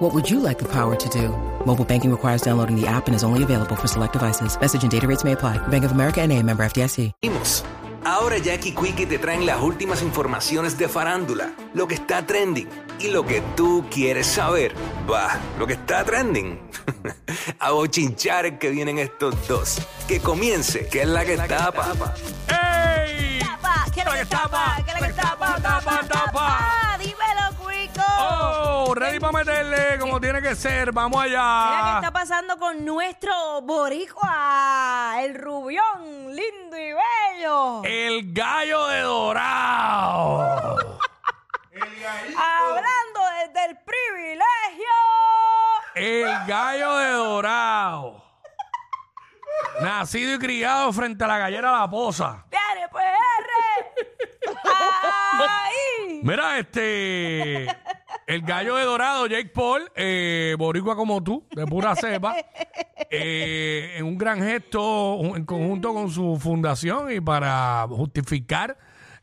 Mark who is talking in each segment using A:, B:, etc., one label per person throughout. A: What would you like the power to do? Mobile banking requires downloading the app and is only available for select devices. Message and data rates may apply. Bank of America and a member FDIC.
B: Seguimos. Ahora Jackie Quickie te traen las últimas informaciones de farándula, lo que está trending y lo que tú quieres saber. Va, lo que está trending. A bochinchar que vienen estos dos. Que comience, que es la que tapa.
C: ¡Ey!
D: tapa, ¿qué es lo que tapa? ¿Qué es lo que tapa? Tapa, tapa. Dímelo, Cuico.
C: ¡Oh! Ready para meterle como tiene que ser. Vamos
D: Mira qué
C: allá.
D: está pasando con nuestro boricua, el rubión, lindo y bello.
C: El gallo de dorado.
D: Hablando desde el privilegio.
C: El gallo de dorado. Nacido y criado frente a la gallera La Poza.
D: Viene PR. Ahí.
C: Mira, este. El gallo de dorado, Jake Paul, eh, boricua como tú, de pura cepa, eh, en un gran gesto un- en conjunto con su fundación y para justificar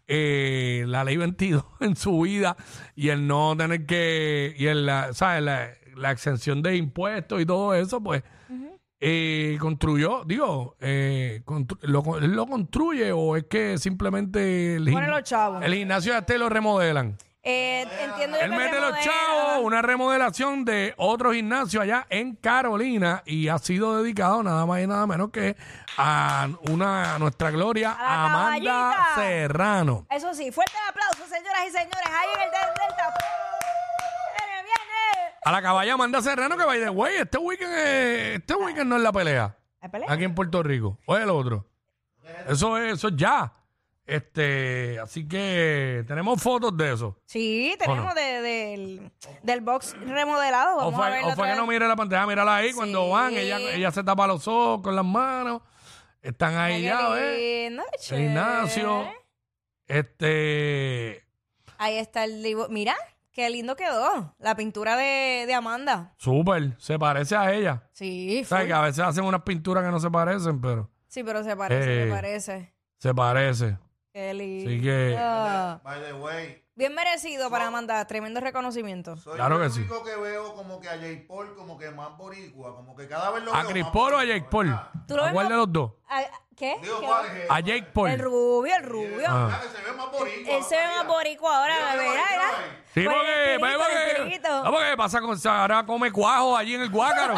C: eh, la ley 22 en su vida y el no tener que. y el, la, ¿sabes? La, la exención de impuestos y todo eso, pues. eh, construyó, digo, eh, constru- lo, con- lo construye o es que simplemente el,
D: Pone
C: gim-
D: los chavos.
C: el gimnasio de este lo remodelan.
D: Eh, entiendo yo
C: Él
D: que
C: mete los
D: remodela.
C: chavos, una remodelación de otro gimnasio allá en Carolina y ha sido dedicado nada más y nada menos que a una a nuestra gloria
D: la
C: Amanda
D: caballita.
C: Serrano.
D: Eso sí, fuerte el aplauso, señoras y señores. Ahí en el del- Delta. Viene, viene.
C: A la caballa Amanda Serrano que vaya de güey, este weekend es- este weekend no es la pelea.
D: ¿Hay pelea?
C: Aquí en Puerto Rico. O es el otro. Eso es, eso es ya. Este, así que tenemos fotos de eso.
D: Sí, tenemos
C: no?
D: de- del, del box remodelado.
C: O
D: Vamos a
C: fue,
D: verlo
C: o fue
D: otra
C: que no
D: vez.
C: mire la pantalla, mírala ahí. Cuando
D: Sí.
C: van, ella, ella se tapa los ojos con las manos. Están ahí
D: Mira
C: ya, ¿eh?
D: qué
C: ¿ves?
D: lindo,
C: El
D: chévere.
C: gimnasio. Este.
D: Ahí está el dibu- Mira, qué lindo quedó. La pintura de, de Amanda.
C: Súper. Se parece a ella.
D: Sí,
C: ¿Sabes?
D: full.
C: Que a veces hacen unas pinturas que no se parecen, pero
D: sí, pero se parece,
C: Eh.
D: se parece.
C: se parece.
D: Qué lindo.
C: Así que.
E: By the way,
D: Bien merecido para Amanda. Tremendo reconocimiento.
E: soy
C: Claro que
E: el
C: sí.
E: único que veo como que a Jay Paul como que más boricua, como que cada vez lo
C: ¿A
E: veo
C: Chris
E: más
C: Paul o a
E: boricua,
C: Jake Paul?
E: ¿verdad?
D: ¿Tú lo
C: ¿A
D: ves
C: cuál de
D: más-
C: los dos?
D: Ah, ¿Qué?
E: Digo,
D: ¿Qué?
E: ¿cuál es el?
C: A Jake
D: El
C: Paul.
D: rubio, el rubio.
C: Ah.
E: que se ve más boricua.
D: Él se ve más
E: todavía.
D: boricua ahora,
E: Mira,
D: verá,
E: mira,
D: verá.
C: Sí,
D: Por el
C: porque,
D: espíritu, el
C: porque-
D: espíritu.
C: no, porque pasa con Sara come cuajo allí en el guácaro.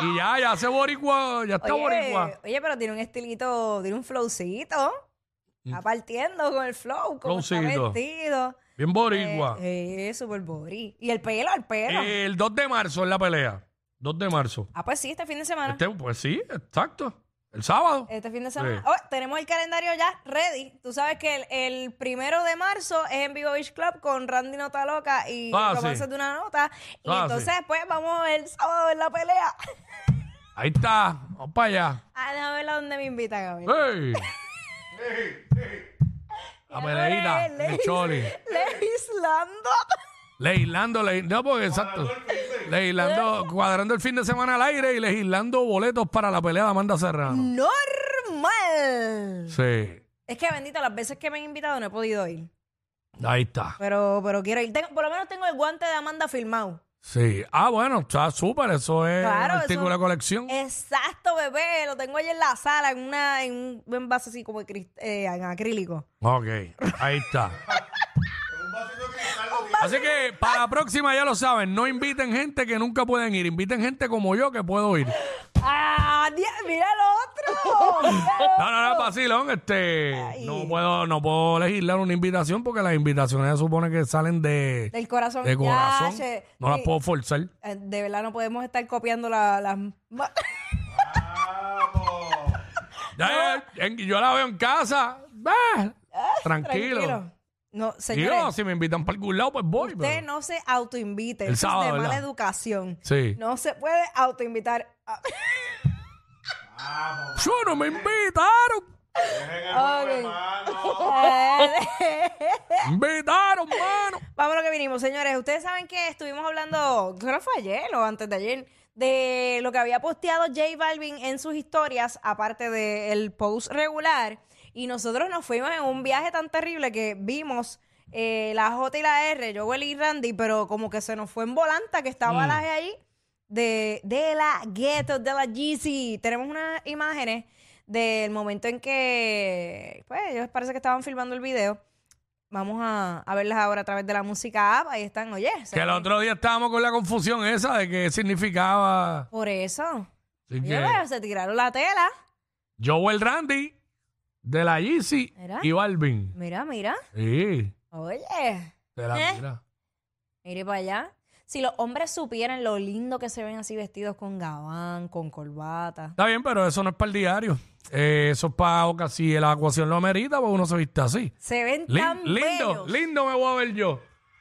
C: y ya, ya se boricua, ya está boricua.
D: oye, pero tiene un estilito, tiene un flowcito. Está partiendo con el flow, como está
C: Mm. Flowcito.
D: vestido.
C: Bien boricua.
D: Eh, eh, super bori. Y el pelo, el pelo.
C: El 2 de marzo es la pelea. 2 de marzo.
D: Ah, Eh. pues sí, este fin de semana. Este,
C: Este, pues sí, exacto. El sábado.
D: fin de semana.
C: Sí.
D: Oh, tenemos el calendario ya ready. Tú sabes que el, el primero de marzo es en Vivo Beach Club con Randy Nota Loca y
C: Ah,
D: Romances
C: sí.
D: de una Nota. Y
C: Ah,
D: entonces
C: sí.
D: después vamos el sábado en la pelea.
C: Ahí está. Vamos para allá.
D: Ah, déjame verla donde me invitan a ver.
C: ¡Ey! La peleita.
D: Le-
C: el Choli.
D: Legislando.
C: Legislando, legi- no, porque exacto. Legislando, cuadrando el fin de semana al aire y legislando boletos para la pelea de Amanda
D: Mm.
C: Serrano.
D: Normal.
C: Sí.
D: Es que bendito, las veces que me han invitado no he podido ir.
C: Ahí está.
D: Pero, pero quiero ir. Tengo- por lo menos tengo el guante de Amanda firmado.
C: Sí. Ah, bueno, está súper. Eso es
D: Claro,
C: un artículo
D: eso-
C: de colección.
D: Exacto, bebé. Lo tengo allí en la sala, en, una, en un buen vaso así como de crist- eh, en acrílico.
C: Ok, ahí está.
E: Un vasito de cristal lo tiene.
C: Así que para la próxima ya lo saben, no inviten gente que nunca pueden ir, inviten gente como yo que puedo ir.
D: ¡Ah! di- ¡Mira el otro! Mira el
C: No, no, no,
D: otro.
C: vacilón, este,
D: Ay.
C: no puedo, no puedo legislar una invitación porque las invitaciones se supone que salen de,
D: Del corazón.
C: de corazón.
D: Ya, che.
C: No las
D: Sí.
C: puedo forzar.
D: Eh, De verdad no podemos estar copiando la- las... ma-
E: Vamos.
C: Ya, eh, en- yo la veo en casa. Ah, tranquilo.
D: No, señores.
C: Digo, si me invitan para algún lado, pues voy.
D: Usted
C: pero-
D: no se autoinvite.
C: El
D: eso
C: sábado,
D: es de mala
C: ¿verdad?
D: educación.
C: Sí.
D: No se puede autoinvitar. a-
E: Vamos,
C: Yo no me invitaron.
E: dejen el juego,
D: Ok.
E: hermano.
D: Eh.
C: Me invitaron, mano.
D: Vamos a lo que vinimos, señores. Ustedes saben que estuvimos hablando, creo que fue ayer o antes de ayer, de lo que había posteado J Balvin en sus historias, aparte del post regular. Y nosotros nos fuimos en un viaje tan terrible que vimos eh, la J y la R, yo, Willy y Randy, pero como que se nos fue en volanta que estaba
C: Mm.
D: la G ahí de, de la ghetto, de la GC. Tenemos unas imágenes del momento en que, pues, ellos parece que estaban filmando el video. Vamos a, a verlas ahora a través de la música app. Ahí están, oye. se
C: Que el
D: ven.
C: otro día estábamos con la confusión esa de qué significaba.
D: Por eso. Oye,
C: Así que
D: pero se tiraron la tela.
C: Joel Randy, de la Yeezy
D: Mira.
C: y Balvin.
D: Mira, mira.
C: Sí,
D: Oye.
C: de la
D: ¿Eh?
C: mira.
D: Mire para allá. Si los hombres supieran lo lindo que se ven así vestidos con gabán, con corbata.
C: Está bien, pero eso no es para el diario. Eh, eso es para oca- si la ecuación lo amerita, pues uno se viste así.
D: Se ven
C: Lin-
D: tan
C: lindo,
D: bellos.
C: lindo me voy a ver yo.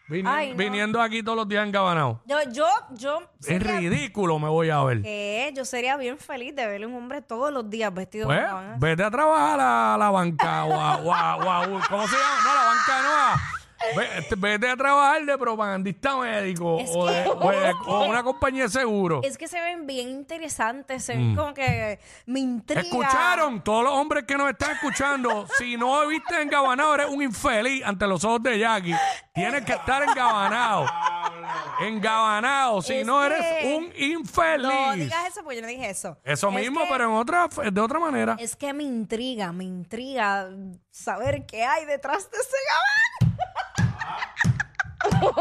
C: Vini-
D: Ay, no.
C: Viniendo aquí todos los días en Gabanao.
D: Yo, yo, yo.
C: Es
D: sería-
C: ridículo me voy a ver.
D: ¿Qué? Yo sería bien feliz de verle un hombre todos los días vestido
C: Pues,
D: con gabán.
C: vete a trabajar a la banca. o a- o a- o a- u- ¿Cómo se llama? No, la banca no. a- ve- este, Vete a trabajar de propagandista médico
D: Es
C: o,
D: que-
C: de- o de- o una compañía de seguro.
D: Es que se ven bien interesantes, se ven como que me intriga.
C: Mm. ¿Escucharon? Todos los hombres que nos están escuchando, si no viste engabanado, eres un infeliz ante los ojos de Jackie. Tienes que estar engabanado. Engabanado. Si
D: Es
C: no,
D: que-
C: eres un
D: No
C: infeliz.
D: digas eso porque yo no dije eso.
C: Eso
D: Es
C: mismo,
D: que-
C: pero en otra, de otra manera.
D: Es que me intriga, me intriga saber qué hay detrás de ese gabán.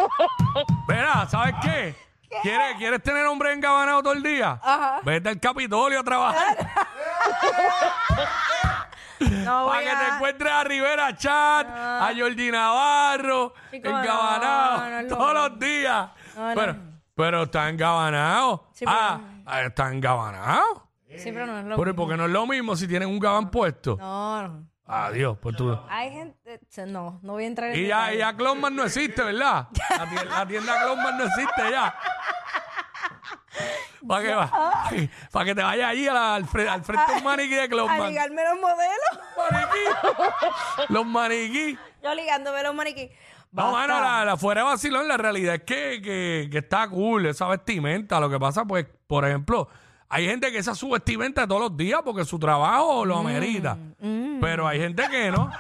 C: Verá, ¿sabes qué? ¿Quieres, ¿Quieres tener hombre engabanado todo el día?
D: Ajá.
C: Vete al Capitolio a trabajar
D: No
C: para
D: voy
C: que
D: a-
C: te encuentres a Rivera Chat, a Jordi Navarro,
D: Chico,
C: engabanado
D: no, no es lo
C: todos
D: mismo.
C: los días.
D: No, no.
C: Pero, pero está engabanado.
D: Sí, pero-
C: ah, ah, está engabanado.
D: Sí, pero no es lo
C: Pero ¿y
D: mismo.
C: por qué no es lo mismo si tienen un gabán puesto?
D: No, no.
C: Adiós, por tu...
D: Hay gente... No, no voy a entrar en
C: Y ya,
D: detalle.
C: y ya Clonman no existe, ¿verdad? La tienda, la tienda Clonman no existe ya. ¿Para qué va? Para que te vayas allí a la- al, fre- al
D: Ah,
C: frente de un maniquí de
D: A
C: Clonman.
D: ligarme los modelos.
C: Maniquí. Los maniquí.
D: Yo ligándome los maniquí. Basta.
C: No, mano, la, la fuera de vacilón, la realidad es que, que, que está cool esa vestimenta. Lo que pasa, pues, por ejemplo, hay gente que esa su vestimenta todos los días porque su trabajo lo amerita. Pero hay gente que no.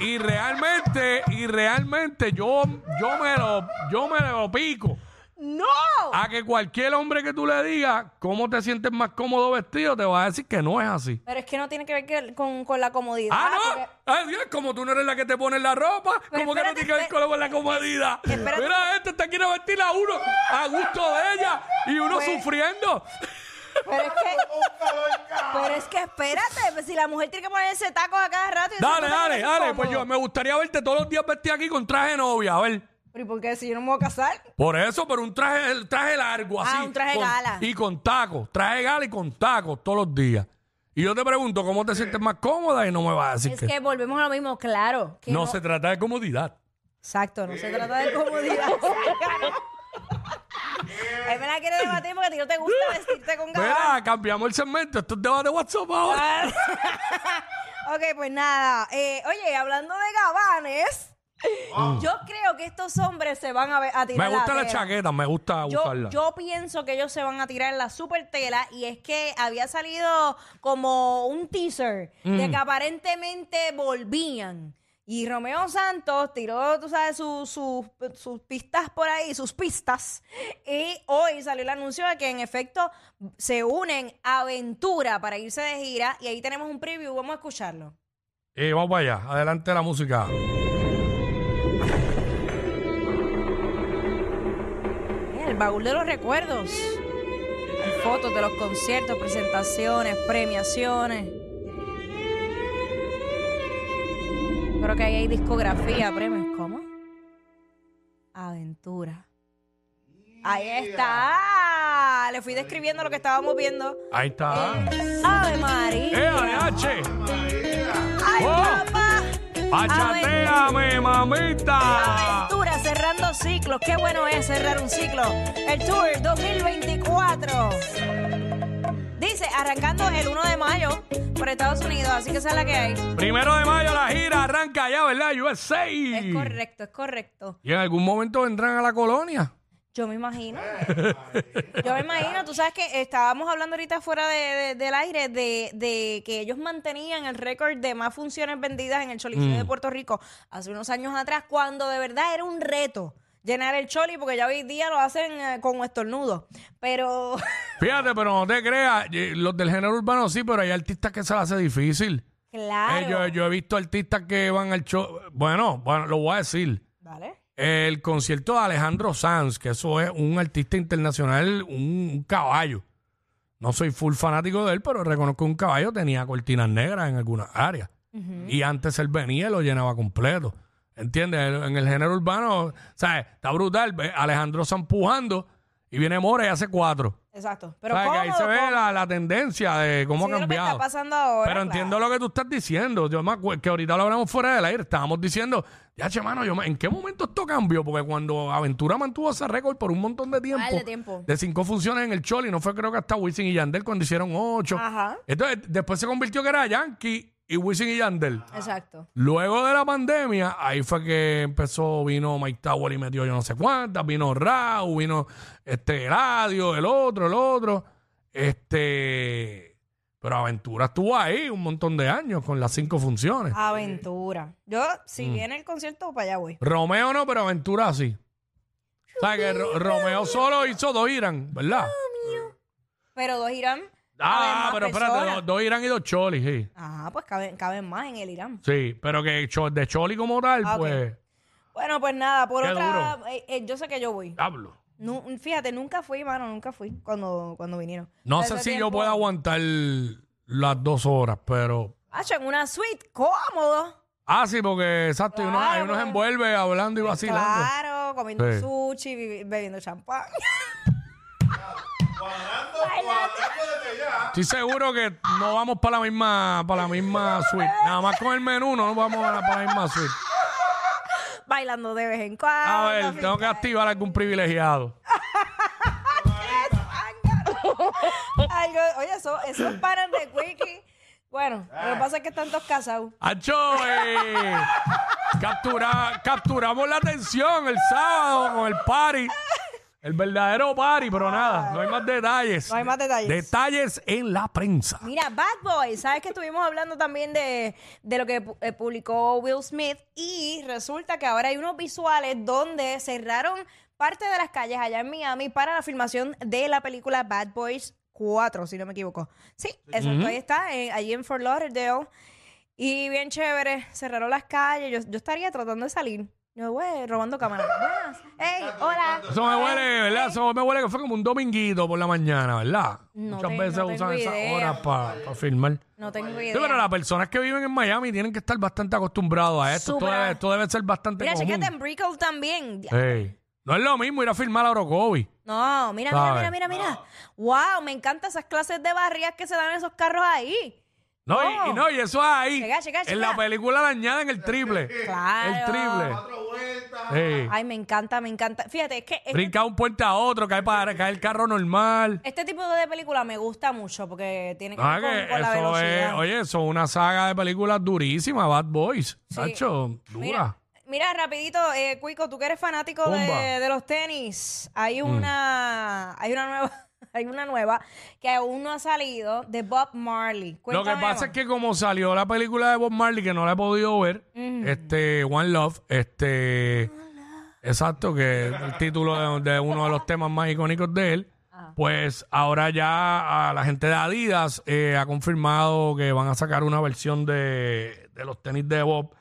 C: Y realmente, y realmente yo, yo me lo, yo me lo pico.
D: ¡No!
C: A que cualquier hombre que tú le digas cómo te sientes más cómodo vestido, te va a decir que no es así.
D: Pero es que no tiene que ver que- con, con la comodidad.
C: Ah, no.
D: porque-
C: Ay, Dios, como tú no eres la que te pones la ropa,
D: Pero
C: como que no
D: espérate,
C: tiene que ver
D: espérate. Eh,
C: con la comodidad.
D: Espérate.
C: Mira, este te quiere vestir a uno a gusto de ella y uno
D: Pues-
C: sufriendo.
D: Pero es que...
E: Un calor, cabrón.
D: Pero es que espérate, pues, si la mujer tiene que ponerse tacos a cada rato. y eso
C: Dale,
D: no
C: dale,
D: es
C: dale.
D: incómodo.
C: Pues yo me gustaría verte todos los días vestida aquí con traje de novia, a ver.
D: ¿Pero y por qué? Si yo no me voy a casar.
C: Por eso, pero un traje, el traje largo así.
D: Ah, un traje
C: con-
D: gala.
C: Y con tacos, traje gala y con tacos todos los días. Y yo te pregunto, ¿cómo te sientes más cómoda? Y no me vas a decir
D: Es que volvemos a lo mismo, claro. que
C: no se trata de comodidad.
D: Exacto, no se trata de comodidad. Él me la quiere debatir porque a ti no te gusta vestirte con gabán.
C: Mira, cambiamos el segmento. Esto es debate WhatsApp ahora.
D: ok, pues nada. Eh, oye, hablando de gabanes, yo creo que estos hombres se van a, ver, a
C: Mm. Me
D: tirar
C: gusta la
D: tela.
C: chaqueta, me gusta usarla.
D: Yo, yo pienso que ellos se van a tirar la super tela y es que había salido como un teaser de que aparentemente volvían. Y Romeo Santos tiró, tú sabes, su- su- sus pistas por ahí, sus pistas. Y hoy salió el anuncio de que en efecto se unen a Aventura para irse de gira. Y ahí tenemos un preview, vamos a escucharlo.
C: Eh, vamos para allá, adelante la música.
D: Eh, El baúl de los recuerdos. Hay fotos de los conciertos, presentaciones, premiaciones. Creo que ahí hay discografía, premios. ¿Cómo? Aventura. Ahí está. Le fui describiendo lo que estábamos viendo.
C: Ahí está.
D: Eh, Ave María.
C: Ah. ¡Eh,
D: ¡Ay,
C: oh.
D: papá!
C: ¡Achateame, mamita!
D: Aventura cerrando ciclos. Qué bueno es cerrar un ciclo. El Tour 2024. Dice se- arrancando el 1 de mayo por Estados Unidos, así que esa es la que hay.
C: Primero de mayo la gira arranca ya, ¿verdad? USA.
D: Es correcto, es correcto.
C: Y en algún momento vendrán a la colonia.
D: Yo me imagino. Yo me imagino, tú sabes que estábamos hablando ahorita fuera de- de- del aire de, de que ellos mantenían el récord de más funciones vendidas en el Choliseo
C: Mm.
D: de Puerto Rico hace unos años atrás, cuando de verdad era un reto llenar el choli, porque ya hoy día lo hacen eh, con estornudos. Pero
C: Fíjate, pero no te creas, eh, los del género urbano sí, pero hay artistas que se las hace difícil.
D: claro.
C: Eh, yo, yo he visto artistas que van al show. Bueno, bueno, lo voy a decir.
D: ¿Vale?
C: El concierto de Alejandro Sanz, que eso es un artista internacional, un, un caballo. No soy full fanático de él, pero reconozco que un caballo tenía cortinas negras en algunas áreas. Y antes él venía y lo llenaba completo. ¿Entiendes? El- En el género urbano, ¿sabes? Está brutal. ve Alejandro Sanz pujando y viene Mora y hace cuatro.
D: Exacto. Pero
C: ¿Sabes? Que ahí se
D: cómodo,
C: ve
D: cómodo.
C: la, la tendencia de cómo
D: Sí, de
C: ha
D: lo que
C: cambiado.
D: está pasando ahora,
C: Pero
D: claro.
C: entiendo lo que tú estás diciendo. Yo me acuerdo que ahorita lo hablamos fuera del aire. Estábamos diciendo, ya, che, mano, yo me- ¿en qué momento esto cambió? Porque cuando Aventura mantuvo ese récord por un montón de tiempo,
D: Vale, tiempo.
C: de cinco funciones en el Choli, no fue creo que hasta Wisin y Yandel cuando hicieron ocho.
D: Ajá.
C: Entonces, después se convirtió que era Yankee y Wisin y Yandel.
D: Exacto.
C: Luego de la pandemia, ahí fue que empezó, vino Mike Tower y metió yo no sé cuántas, vino Raúl, vino este Eladio, el otro, el otro. Este, pero Aventura estuvo ahí un montón de años con las cinco funciones.
D: Aventura. Yo, si
C: Mm.
D: viene el concierto, para allá voy.
C: Romeo no, pero Aventura sí. O sea que Ro- Romeo solo hizo dos Irán, ¿verdad?
D: Ah, Pero dos Irán. caben
C: Ah,
D: más
C: pero espérate,
D: personas.
C: dos, dos Irán y dos Choli, sí.
D: Ajá, pues caben, caben más en el Irán.
C: Sí, pero que cho- de Choli como tal,
D: Ah, ok.
C: pues,
D: Bueno, pues nada, por
C: Qué Ah.
D: otra. eh, eh, yo sé que yo voy.
C: hablo.
D: Nu- fíjate, nunca fui, mano, nunca fui cuando, cuando vinieron.
C: No
D: Hace
C: sé si yo
D: tiempo-
C: pueda aguantar las dos horas, pero.
D: Hacho, en una suite, cómodo.
C: Ah, sí, porque exacto, y uno,
D: Claro,
C: ahí uno se
D: porque-
C: envuelve hablando y vacilando.
D: Claro, comiendo
C: Sí.
D: sushi, bi- bebiendo champán.
E: Cuadrando,
D: Bailando.
E: cuadrando desde ya.
C: Estoy seguro que no vamos para la misma, para la misma suite. Nada más con el menú no nos vamos a- para la misma suite.
D: bailando de vez en cuando.
C: A ver, tengo que activar algún privilegiado.
D: Algo, oye, eso, esos paran de Quickie. Bueno, lo
C: Ah.
D: que pasa es que están todos casados.
C: ¡Achoy! eh, Captura, capturamos la atención el sábado con el party. El verdadero party, pero nada, no hay más detalles.
D: No hay más detalles.
C: Detalles en la prensa.
D: Mira, Bad Boy, sabes que estuvimos hablando también de, de lo que pu- eh, publicó Will Smith y resulta que ahora hay unos visuales donde cerraron parte de las calles allá en Miami para la filmación de la película Bad Boys 4, si no me equivoco. Sí, exacto, ahí está, en- allí en Fort Lauderdale. Y bien chévere, cerraron las calles, yo, yo estaría tratando de salir. Yo, güey, robando cámaras. Buenas. ¡Ey, hola!
C: Eso me huele, ¿verdad? Eso me huele que fue como un dominguito por la mañana, ¿verdad?
D: No
C: Muchas
D: te-
C: veces
D: no
C: usan
D: tengo
C: esas
D: idea.
C: horas para filmar.
D: No tengo
C: Sí,
D: idea.
C: pero las personas que viven en Miami tienen que estar bastante acostumbrados a esto. Esto
D: Súper.
C: debe, esto debe ser bastante
D: Mira,
C: común.
D: chécate en Brickell también.
C: Ey. No es lo mismo ir a filmar a Orocovi.
D: No, mira,
C: ¿Sabes?
D: mira, mira, mira, mira. Wow, me encantan esas clases de barrias que se dan en esos carros ahí.
C: No,
D: Oh.
C: Y, y no, y eso es ahí.
D: Llega, llega,
C: En
D: llega.
C: la película la añaden el triple.
D: Claro.
C: El triple.
E: Cuatro vueltas.
C: Ey.
D: Ay, me encanta, me encanta. Fíjate, es que este,
C: Brinca un puente a otro, cae, para, cae el carro normal.
D: este tipo de película me gusta mucho porque tiene que
C: Ah,
D: ver con,
C: que
D: con la
C: eso es,
D: velocidad.
C: oye, eso es una saga de películas durísima, Bad Boys. Sacho, dura.
D: mira, mira, rapidito, eh, Cuico, tú que eres fanático de,
C: Zumba. Mm.
D: de los tenis, hay una, hay una nueva, hay una nueva que aún no ha salido de Bob Marley.
C: Lo que
D: Cuéntame
C: pasa
D: más.
C: es que como salió la película de Bob Marley, que no la he podido ver, este, One Love, este, exacto, que es el título de, de uno de los temas más icónicos de él,
D: Ah.
C: pues ahora ya a la gente de Adidas eh, ha confirmado que van a sacar una versión de, de los tenis de Bob.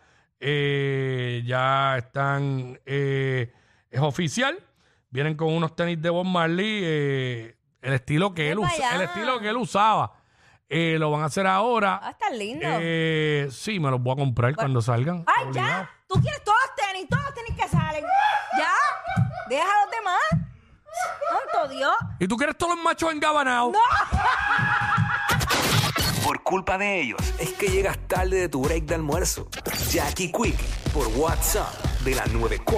C: Eh, ya están, eh, es oficial, vienen con unos tenis de Bob Marley, eh, el estilo que
D: Ve
C: él
D: pa'
C: usa- el
D: allá.
C: estilo que él usaba. Eh, lo van a hacer ahora.
D: Ah, están lindos.
C: Eh, sí, me los voy a comprar cuando salgan.
D: Ay,
C: Obligado.
D: Ah, ya. Tú quieres todos los tenis, todos los tenis que salen. Ya. Deja a los demás. Santo Dios.
C: ¿Y tú quieres todos los machos engabanados?
B: Por culpa de ellos es que llegas tarde de tu break de almuerzo. Jackie Quick por WhatsApp de la 94.